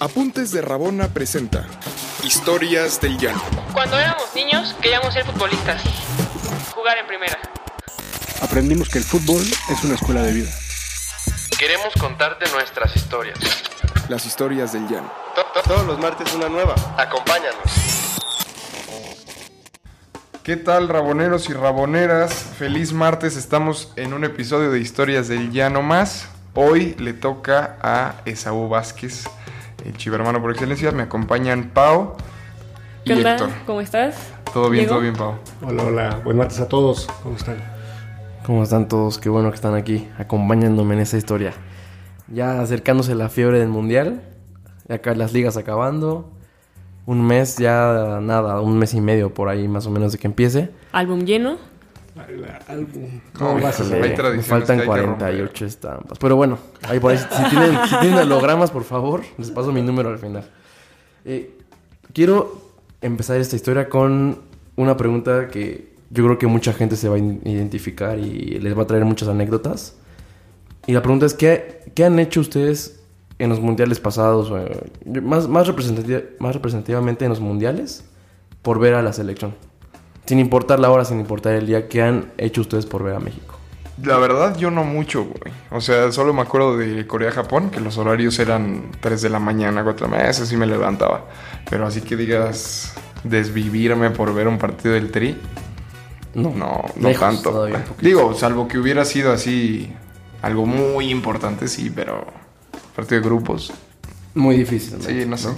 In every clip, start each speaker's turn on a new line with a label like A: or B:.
A: Apuntes de Rabona presenta Historias del Llano.
B: Cuando éramos niños queríamos ser futbolistas, jugar en primera.
C: Aprendimos que el fútbol es una escuela de vida.
D: Queremos contarte nuestras historias.
A: Las historias del Llano.
D: To- to- Todos los martes una nueva. Acompáñanos.
E: ¿Qué tal, raboneros y raboneras? Feliz martes, estamos en un episodio de Historias del Ya No Más. Hoy le toca a Esaú Vázquez, el chivermano por excelencia. Me acompañan Pau y
F: ¿Qué onda?
E: Héctor.
F: ¿Cómo estás?
E: Todo bien,
F: Diego?
E: todo bien, Pau.
G: Hola, hola, buenas noches Ah, a todos, ¿cómo están?
H: ¿Cómo están todos? Qué bueno que están aquí acompañándome en esta historia. Ya acercándose la fiebre del mundial, ya acá las ligas acabando, un mes ya nada, un mes y medio por ahí más o menos de que empiece.
F: Álbum lleno.
G: El álbum.
E: No,
G: ¿Cómo vas a
E: híjole. Hay
G: hacer?
E: tradiciones
H: me faltan
E: que hay que
H: 48 estampas. Pero bueno, ahí por ahí, si si tienen, si tienen hologramas, por favor, les paso mi número al final. Eh, quiero empezar esta historia con una pregunta que yo creo que mucha gente se va a in- identificar y les va a traer muchas anécdotas. Y la pregunta es, ¿qué, qué han hecho ustedes en los mundiales pasados? eh, más, más, representati- más representativamente en los mundiales por ver a la selección. Sin importar la hora, sin importar el día, ¿qué han hecho ustedes por ver a México?
E: La verdad, yo no mucho, güey. O sea, solo me acuerdo de Corea-Japón, que los horarios eran 3 de la mañana, 4 de la mañana. Eso sí me levantaba. Pero así que digas, desvivirme por ver un partido del Tri,
H: No,
E: No, no
H: Lejos
E: tanto.
H: todavía un poquito.
E: Digo, salvo que hubiera sido así algo muy importante, sí, pero partido de grupos.
H: Muy difícil.
E: Sí, no sé.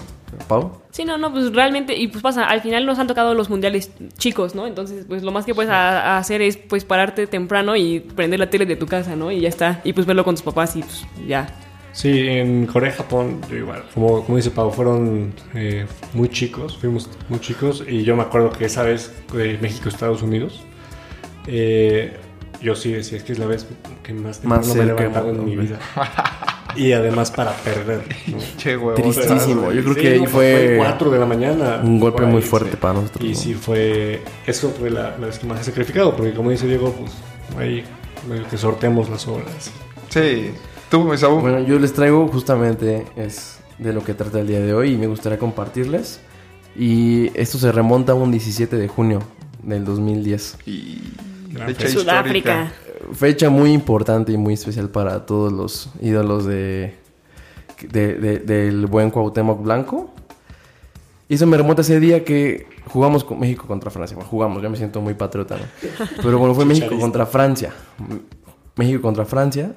H: Pau.
F: Sí, no, no, pues realmente, y pues pasa, al final nos han tocado los mundiales chicos, ¿no? Entonces, pues lo más que puedes a- a hacer es pues pararte temprano y prender la tele de tu casa, ¿no? Y ya está, y pues verlo con tus papás y pues ya.
G: Sí, en Corea, Japón, yo igual, como, como dice Pau, fueron eh, muy chicos, fuimos muy chicos, y yo me acuerdo que esa vez de México, Estados Unidos, eh, yo sí decía, es que es la vez que más
H: Más
G: temprano me he
H: cerca,
G: levantado en mi
H: hombre.
G: vida. Y además para perder. ¿no?
E: Che, huevo.
H: Tristísimo. Yo creo
G: Sí,
H: que ahí
G: no,
H: fue
G: 4 de la mañana.
H: un golpe
G: Por
H: muy fuerte para nosotros,
G: Y
H: ¿no?
G: sí fue. Eso fue la, la vez que más he sacrificado, porque como dice Diego, pues ahí medio que sorteamos las obras.
E: Sí. Tú, Esaú.
H: Bueno, yo les traigo justamente es de lo que trata el día de hoy y me gustaría compartirles. Y esto se remonta a un 17 de junio del 2010.
E: y
G: Gran
E: fecha
G: fecha.
F: Sudáfrica.
H: Fecha muy importante y muy especial para todos los ídolos de, de- de- del buen Cuauhtémoc Blanco. Y eso me remonta a ese día que jugamos con México contra Francia. Bueno, jugamos, ya me siento muy patriota, ¿no? Pero bueno, fue México contra Francia. M- México contra Francia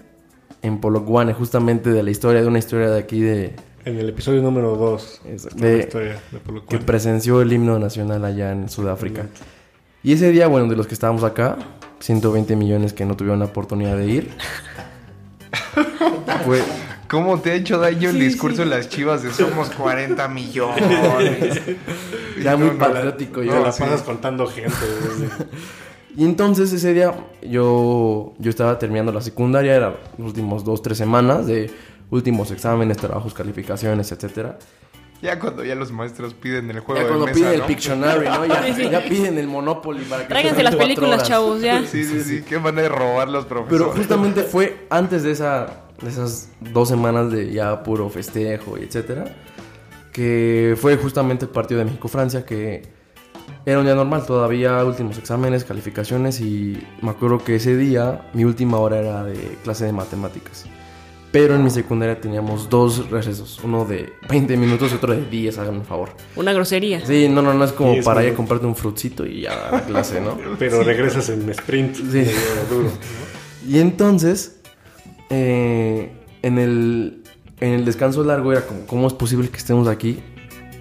H: en Polokwane, justamente de la historia, de una historia de aquí de,
G: En el episodio número 2
H: Exacto.
G: de
H: De-
G: la historia de Polo
H: que
G: Cual.
H: presenció el himno nacional allá en Sudáfrica. Y ese día, bueno, de los que estábamos acá, 120 millones que no tuvieron la oportunidad de ir.
E: Güey, ¿Cómo te ha hecho daño el discurso de las chivas de somos 40 millones?
H: Ya
E: No,
H: muy
E: no,
H: patriótico
G: Te
H: yo.
G: la
E: sí.
G: pasas contando gente. desde-
H: Y entonces ese día yo, yo estaba terminando la secundaria, eran los últimos dos, tres semanas de últimos exámenes, trabajos, calificaciones, etcétera.
E: Ya cuando ya los maestros piden el juego
H: Ya
E: de
H: cuando
E: mesa,
H: piden el
E: ¿no?
H: Pictionary, ¿no? Ya, ya piden el Monopoly para que
F: Tráiganse
H: sean
F: las
H: cuatro
F: películas,
H: horas.
F: chavos, ya.
E: Sí, sí, sí. Qué manera de robar los
H: Pero
E: profesores.
H: justamente fue antes de, esa, de esas dos semanas de ya puro festejo y etcétera, que fue justamente el partido de México-Francia, que era un día normal, todavía últimos exámenes, calificaciones, y me acuerdo que ese día mi última hora era de clase de matemáticas. Pero en mi secundaria teníamos dos recesos, uno de 20 minutos y otro de 10, háganme un favor.
F: Una grosería.
H: Sí, no, no, no es como
G: 10
H: para ir a
G: minutos.
H: comprarte un frutcito y ya a la clase, ¿no?
G: Pero regresas en sprint.
H: Sí.
G: medio duro.
H: Y entonces, eh, en, el, en el descanso largo era como, ¿cómo es posible que estemos aquí?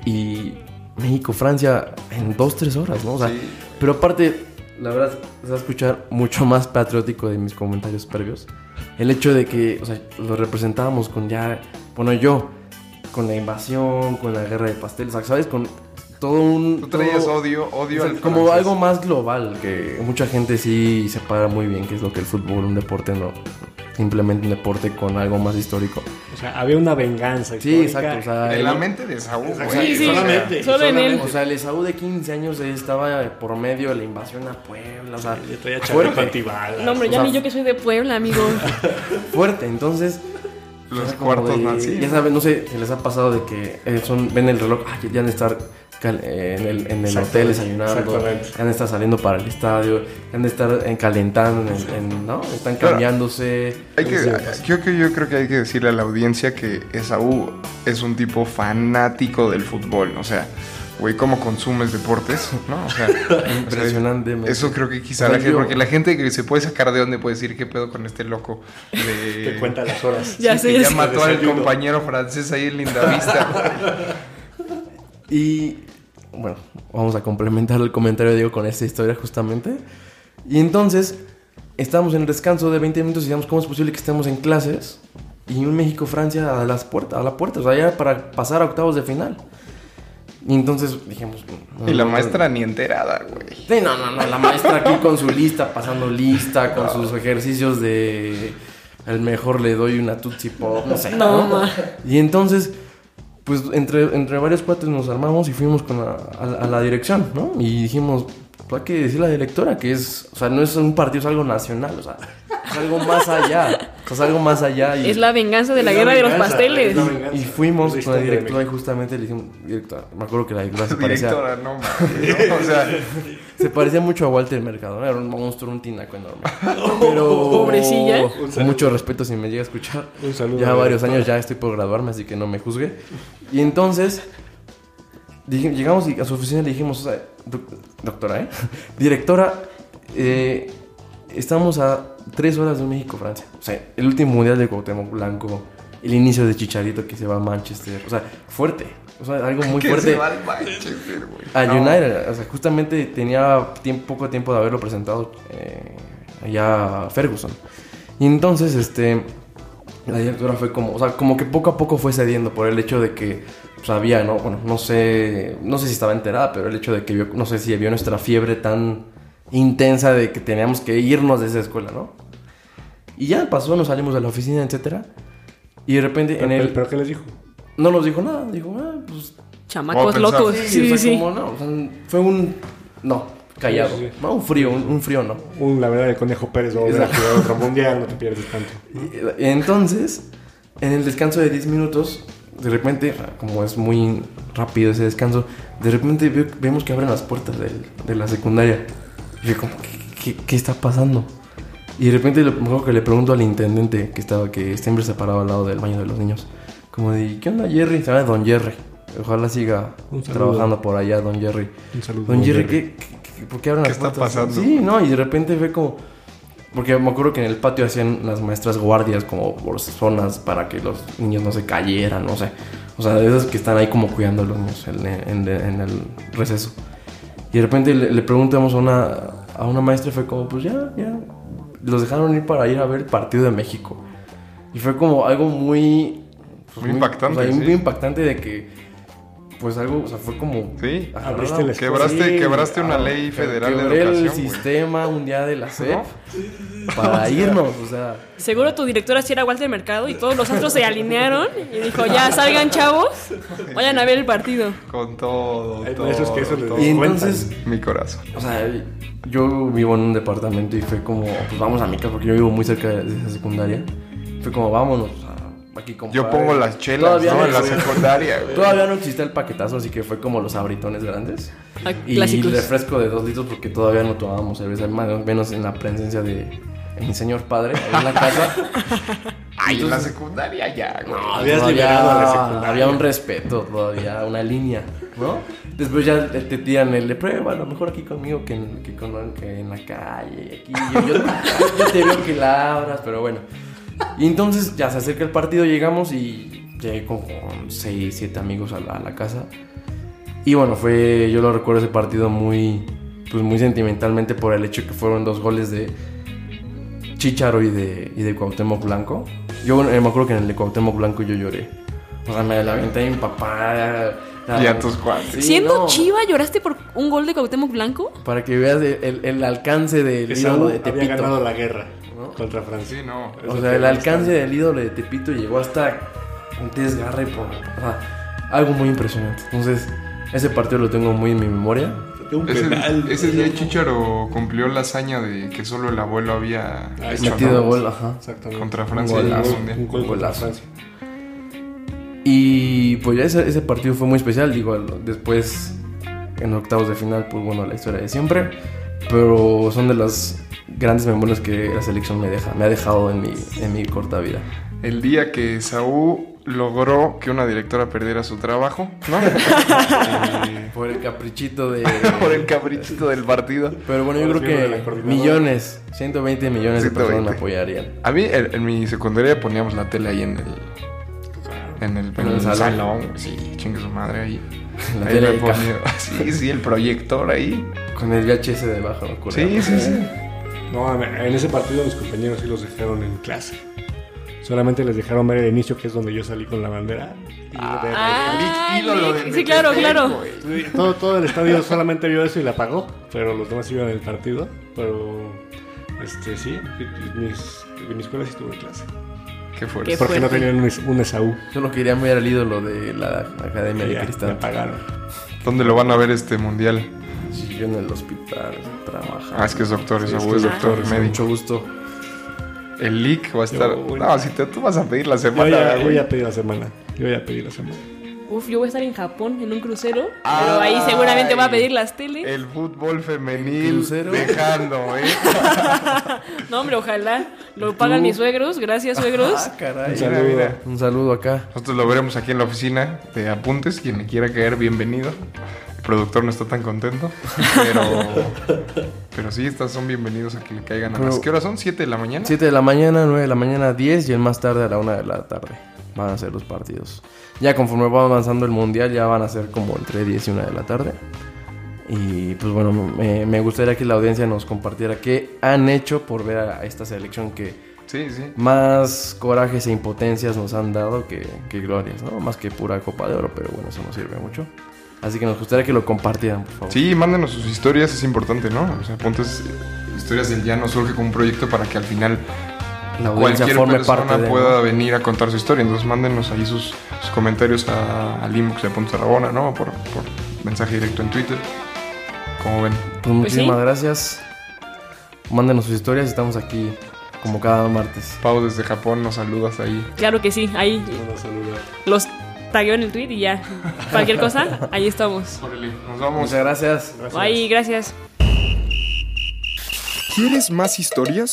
H: Y México, Francia, en dos, tres horas, ¿no? O sea, pero aparte, la verdad, se va a escuchar mucho más patriótico de mis comentarios previos. El hecho de que, o sea, lo representábamos con ya, bueno, yo, con la invasión, con la guerra de pasteles, o sea, ¿sabes? Con todo un...
E: Tú traías
H: todo-
E: odio, odio
H: o sea,
E: al
H: como
E: francés.
H: algo más global, que mucha gente sí separa muy bien que es lo que el fútbol, un deporte no. Simplemente un deporte con algo más histórico.
G: O sea, había una venganza.
H: Sí,
G: histórica.
H: exacto. O sea,
E: En
H: el,
E: la mente de Saúl, güey.
F: Sí, sí.
G: solamente.
F: Solo en él.
H: o sea, el Esaú de 15 años eh, estaba por medio de la invasión a Puebla. O sea,
G: Yo traía
H: fuerte,
G: chaleco antibalas.
F: No, hombre, ya
H: O sea,
F: ni yo que soy de Puebla, amigo.
H: fuerte. Entonces,
E: Los
H: Era como
E: cuartos
H: de-
E: nazi.
H: Ya saben, no sé, se les ha pasado de que eh, son, ven el reloj, ah, ya han de estar cal- eh, en el, en el
G: Exactamente,
H: hotel desayunando,
G: exactamente.
H: ya han de estar saliendo para el estadio, ya han de estar eh, calentando, en el- en- ¿no? Están
E: Claro.
H: cambiándose.
E: Hay que,
H: Sí,
E: yo, creo- yo creo que hay que decirle a la audiencia que Esaú es un tipo fanático del fútbol. O sea, güey, cómo consumes deportes, ¿no? O sea,
H: Impresionantemente.
E: eh, Eso creo que quizá
H: O sea,
E: la gente,
H: yo-
E: porque la gente que se puede sacar de donde puede decir qué pedo con este loco de
G: Te pues, cuenta las horas.
F: Ya sé,
E: Sí, que
F: ya
E: ya
F: sé.
E: mató al
G: Desayuno.
E: compañero francés ahí en Lindavista.
H: Y bueno, vamos a complementar el comentario de Diego con esta historia justamente. Y entonces, estábamos en el descanso de 20 minutos y decíamos, ¿cómo es posible que estemos en clases? Y un México-Francia a, las puertas, a la puerta, o sea, ya para pasar a octavos de final. Y entonces dijimos... no,
E: y la
H: no,
E: maestra ni enterada, güey.
H: Sí, no, no, no, la maestra aquí con su lista, pasando lista,
G: Ah.
H: con sus ejercicios de... El mejor le doy una tutsi pop, no sé.
F: No, ma.
H: Y entonces, pues entre, entre varios cuates nos armamos y fuimos con la- a, a la dirección, ¿no? Y dijimos, pues hay que decirle a la directora que es, o sea, no es un partido, es algo nacional, o sea, es algo más allá, o sea, es algo más allá. Y,
F: Es la venganza de la
G: Es
F: guerra de los
G: venganza,
F: pasteles.
G: es la venganza.
H: y fuimos
G: Es
H: con
G: historia
H: la
G: de
H: directora y justamente le dijimos, directora, me acuerdo que la directora se parecía,
E: Directora, no mames. ¿no? O sea,
H: se parecía mucho a Walter Mercado, ¿no? era un monstruo, un tinaco enorme. Pero,
F: Pobrecilla.
H: con mucho respeto si me llega a escuchar.
G: Un saludo eh. a
H: Ya
G: la
H: varios
G: directora.
H: años ya estoy por graduarme, así que no me juzgue. Y entonces dije- llegamos y a su oficina y le dijimos, o sea, doc- doctora, ¿eh? directora, eh, estamos a tres horas de México-Francia. O sea, el último mundial de Cuauhtémoc Blanco, el inicio de Chicharito que se va a Manchester. O sea, fuerte. O sea, algo muy
E: que se
H: fuerte.
E: va al Manchester, güey.
H: A
E: No.
H: United, o sea, justamente tenía tiempo- poco tiempo de haberlo presentado eh, allá a Ferguson. Y entonces, este, la directora fue como, o sea, como que poco a poco fue cediendo por el hecho de que sabía, ¿no? Bueno, no sé, no sé si estaba enterada, pero el hecho de que vio, no sé si vio nuestra fiebre tan intensa de que teníamos que irnos de esa escuela, ¿no? Y ya pasó, nos salimos de la oficina, etcétera. Y de repente
G: Pero,
H: en
G: pero,
H: el...
G: pero ¿qué les dijo?
H: No nos dijo nada, dijo, ah, pues
F: Chamacos
E: pensar.
F: locos.
H: Sí,
F: Sí,
H: o sea,
F: sí, sí.
H: como no, o sea, fue un no, callado,
G: Sí, sí, sí.
H: No, un frío, un, un frío no.
G: Un, la verdad de Conejo Pérez va a volver a jugar otro mundial, no te pierdes tanto.
H: Y- Entonces, en el descanso de 10 minutos, de repente, como es muy rápido ese descanso, de repente ve- vemos que abren las puertas del- de la secundaria. Y yo como, ¿qué, qué- qué está pasando? Y de repente lo primero que le pregunto al intendente que estaba, que siempre se paraba al lado del baño de los niños, como de, ¿qué onda Jerry? Se llama Don Jerry. Ojalá siga
G: Un saludo.
H: trabajando por allá, Don Jerry.
G: Un saludo.
H: Don Jerry, ¿qué, qué- qué- por qué abren
E: ¿Qué
H: las
E: está
H: puertas?
E: pasando?
H: Sí, no, y de repente ve como. Porque me acuerdo que en el patio hacían las maestras guardias como por zonas para que los niños no se cayeran, no sé. O sea, de esas que están ahí como cuidando a los niños en, en- en el receso. Y de repente le, le preguntamos a una, a una maestra y fue como, pues ya, ya. Los dejaron ir para ir a ver el partido de México. Y fue como algo muy... pues,
E: Muy impactante,
H: o sea,
E: sí.
H: muy impactante de que... Pues algo, o sea, fue como...
E: Sí.
H: Ajá,
G: Abriste el
E: Quebraste,
H: Sí,
E: quebraste una
H: ah,
E: ley
H: que-
E: federal de
H: quebré
E: educación.
H: el
E: güey.
H: sistema un día de la SEP para irnos, o sea,
F: Seguro tu directora sí era Walter Mercado y todos los otros se alinearon y dijo, ya salgan chavos, vayan a ver el partido.
E: Con todo,
G: Ay,
E: todo.
G: eso es que eso le-
E: todo.
H: y
G: cuentan.
H: entonces,
E: Mi corazón.
H: o sea, yo vivo en un departamento y fue como, pues vamos a mi casa porque yo vivo muy cerca de esa secundaria. Fue como, vámonos, o sea, aquí compadre.
E: Yo pongo las chelas,
H: Todavía
E: ¿no?
H: no
E: En la
H: existía-
E: secundaria, güey.
H: Todavía no existía el paquetazo, así que fue como los abritones grandes.
F: Ah,
H: Y
F: clásicos.
H: refresco de dos litros porque todavía no tomábamos cerveza, más o menos en la presencia de mi señor padre en la casa.
E: Ay, en la secundaria ya, güey.
G: Habías liberado a la secundaria.
H: Había un respeto todavía, una línea, ¿no? Después ya te, te tiran el de prueba, a lo mejor aquí conmigo que en, que con- que en la calle, aquí. Yo, yo- yo te veo que la abras, pero bueno. Y entonces ya se acerca el partido, llegamos y llegué con, con seis, siete amigos a la, a la casa. Y bueno, fue, yo lo recuerdo ese partido muy, pues muy sentimentalmente por el hecho que fueron dos goles de Chicharo y de, y de Cuauhtémoc Blanco. Yo eh, me acuerdo que en el de Cuauhtémoc Blanco yo lloré. O sea, me la aventé a mi papá.
E: Y a tus cuates.
H: Sí,
F: Siendo
H: no,
F: chiva, ¿lloraste por un gol de Cuauhtémoc Blanco?
H: Para que veas el, el- el alcance del
G: Que
H: ídolo
G: Saúl
H: de
G: había
H: Tepito.
G: ganado la guerra
H: ¿No?
G: contra Francia.
E: Sí, no.
H: O sea, el alcance del ídolo de Tepito llegó hasta un desgarre por o sea, algo muy impresionante. Entonces, ese partido lo tengo muy en mi memoria.
I: un
E: Ese,
I: penal.
E: ese día el Chicharo cumplió la hazaña de que solo el abuelo había
G: Ah,
E: hecho,
H: Metido
E: ¿no?
H: gol, ajá.
G: Exactamente.
E: Contra Francia
G: Un
E: en el
G: golazo.
E: Mundial.
G: Un gol contra
H: Golazo.
G: Francia.
H: Y pues ya ese, ese partido fue muy especial, digo, al- después en octavos de final, pues bueno, la historia de siempre, pero son de las grandes memorias que la selección me deja, me ha dejado en mi, en mi corta vida.
E: El día que Saúl logró que una directora perdiera su trabajo, ¿no?
H: Por el caprichito de...
E: Por el caprichito del partido.
H: Pero bueno, yo
G: Por el miembro de
H: creo
G: la
H: que
G: coordinadora.
H: millones, 120 millones de personas
E: 120.
H: me apoyarían.
E: A mí, en, en mi secundaria poníamos la tele ahí en el. En el, en
H: el
E: el
H: salón.
E: salón. güey, Sí, chingue su madre ahí.
H: La
E: Ahí
H: tele
E: me
H: de caja,
E: ponía. Sí, sí, el proyector ahí.
H: con el VHS debajo, me acuerdo.
E: Sí, sí, sí.
G: No, en ese partido mis compañeros sí los dejaron en clase. Solamente les dejaron ver el inicio, que es donde yo salí con la bandera. Y de-
E: Ah.
F: Ay,
E: ídolo
F: Nick.
E: de
F: Ah, sí, claro, claro.
E: güey.
G: Todo, todo el estadio solamente vio eso y la apagó, pero los demás iban al partido. Pero, este, sí, mis, en mi escuela sí tuve clase.
E: Qué fuerte.
F: Qué
G: Porque no
F: fuerte.
G: tenían un, un Esaú.
H: Solo querían ver al ídolo de la Academia
G: Y
H: de
G: ya, me
H: Cristal.
G: apagaron.
E: ¿Dónde lo van a ver este mundial?
H: Sí, yo en el hospital trabajando.
E: Ah, es que es doctor, es
G: Sí, es que
E: abuelo, es doctor,
G: es
H: Me ha
E: médico.
H: dicho gusto.
E: El leak va a estar.
G: Yo, güey.
E: No, si te, tú vas a pedir la
G: Yo
E: semana,
G: ya, yo
E: güey.
G: ya pedí la semana. Yo ya pedí la semana.
F: Uf, yo voy a estar en Japón en un crucero, pero
H: Ah,
F: ahí seguramente va a pedir las teles.
H: eh,
E: El fútbol femenil
H: Crucero.
E: dejando, ¿eh?
F: No, hombre, ojalá. Lo pagan mis suegros, gracias suegros.
H: Ah, caray.
G: Un saludo.
E: mira.
H: Un saludo acá.
E: Nosotros lo veremos aquí en la oficina de apuntes. Quien le quiera caer, bienvenido. El productor no está tan contento, pero, pero sí, estas son bienvenidos a que le caigan a
H: Pero-
E: las. ¿Qué horas son? ¿7 de la mañana?
H: 7 de la mañana, 9 de la mañana, 10 y el más tarde a la 1 de la tarde. Van a ser los partidos. Ya conforme va avanzando el mundial, ya van a ser como entre 10 y 1 de la tarde. Y pues bueno, me, me gustaría que la audiencia nos compartiera qué han hecho por ver a esta selección que
E: Sí, sí.
H: más corajes e impotencias nos han dado que, que glorias, ¿no? Más que pura Copa de Oro, pero bueno, eso nos sirve mucho. Así que nos gustaría que lo compartieran, por favor.
E: Sí, mándenos sus historias, es importante, ¿no? O sea, apuntes, eh, historias del llano surge como un proyecto para que al final
H: la audiencia
E: cualquier
H: forme
E: persona
H: parte de...
E: pueda venir a contar su historia. Entonces mándenos ahí sus, sus comentarios a, al inbox de Apuntes Aragona, ¿no? Por, por mensaje directo en Twitter. Como ven.
H: Pues muchísimas
F: sí.
H: gracias. Mándenos sus historias, estamos aquí como cada martes.
E: Pau desde Japón, nos saludas ahí.
F: Claro que sí, ahí
G: Un saludo.
F: los tagueo en el tweet y ya. Cualquier cosa, ahí estamos.
E: Nos vamos.
H: Muchas gracias.
F: Bye, gracias.
A: ¿Quieres más historias?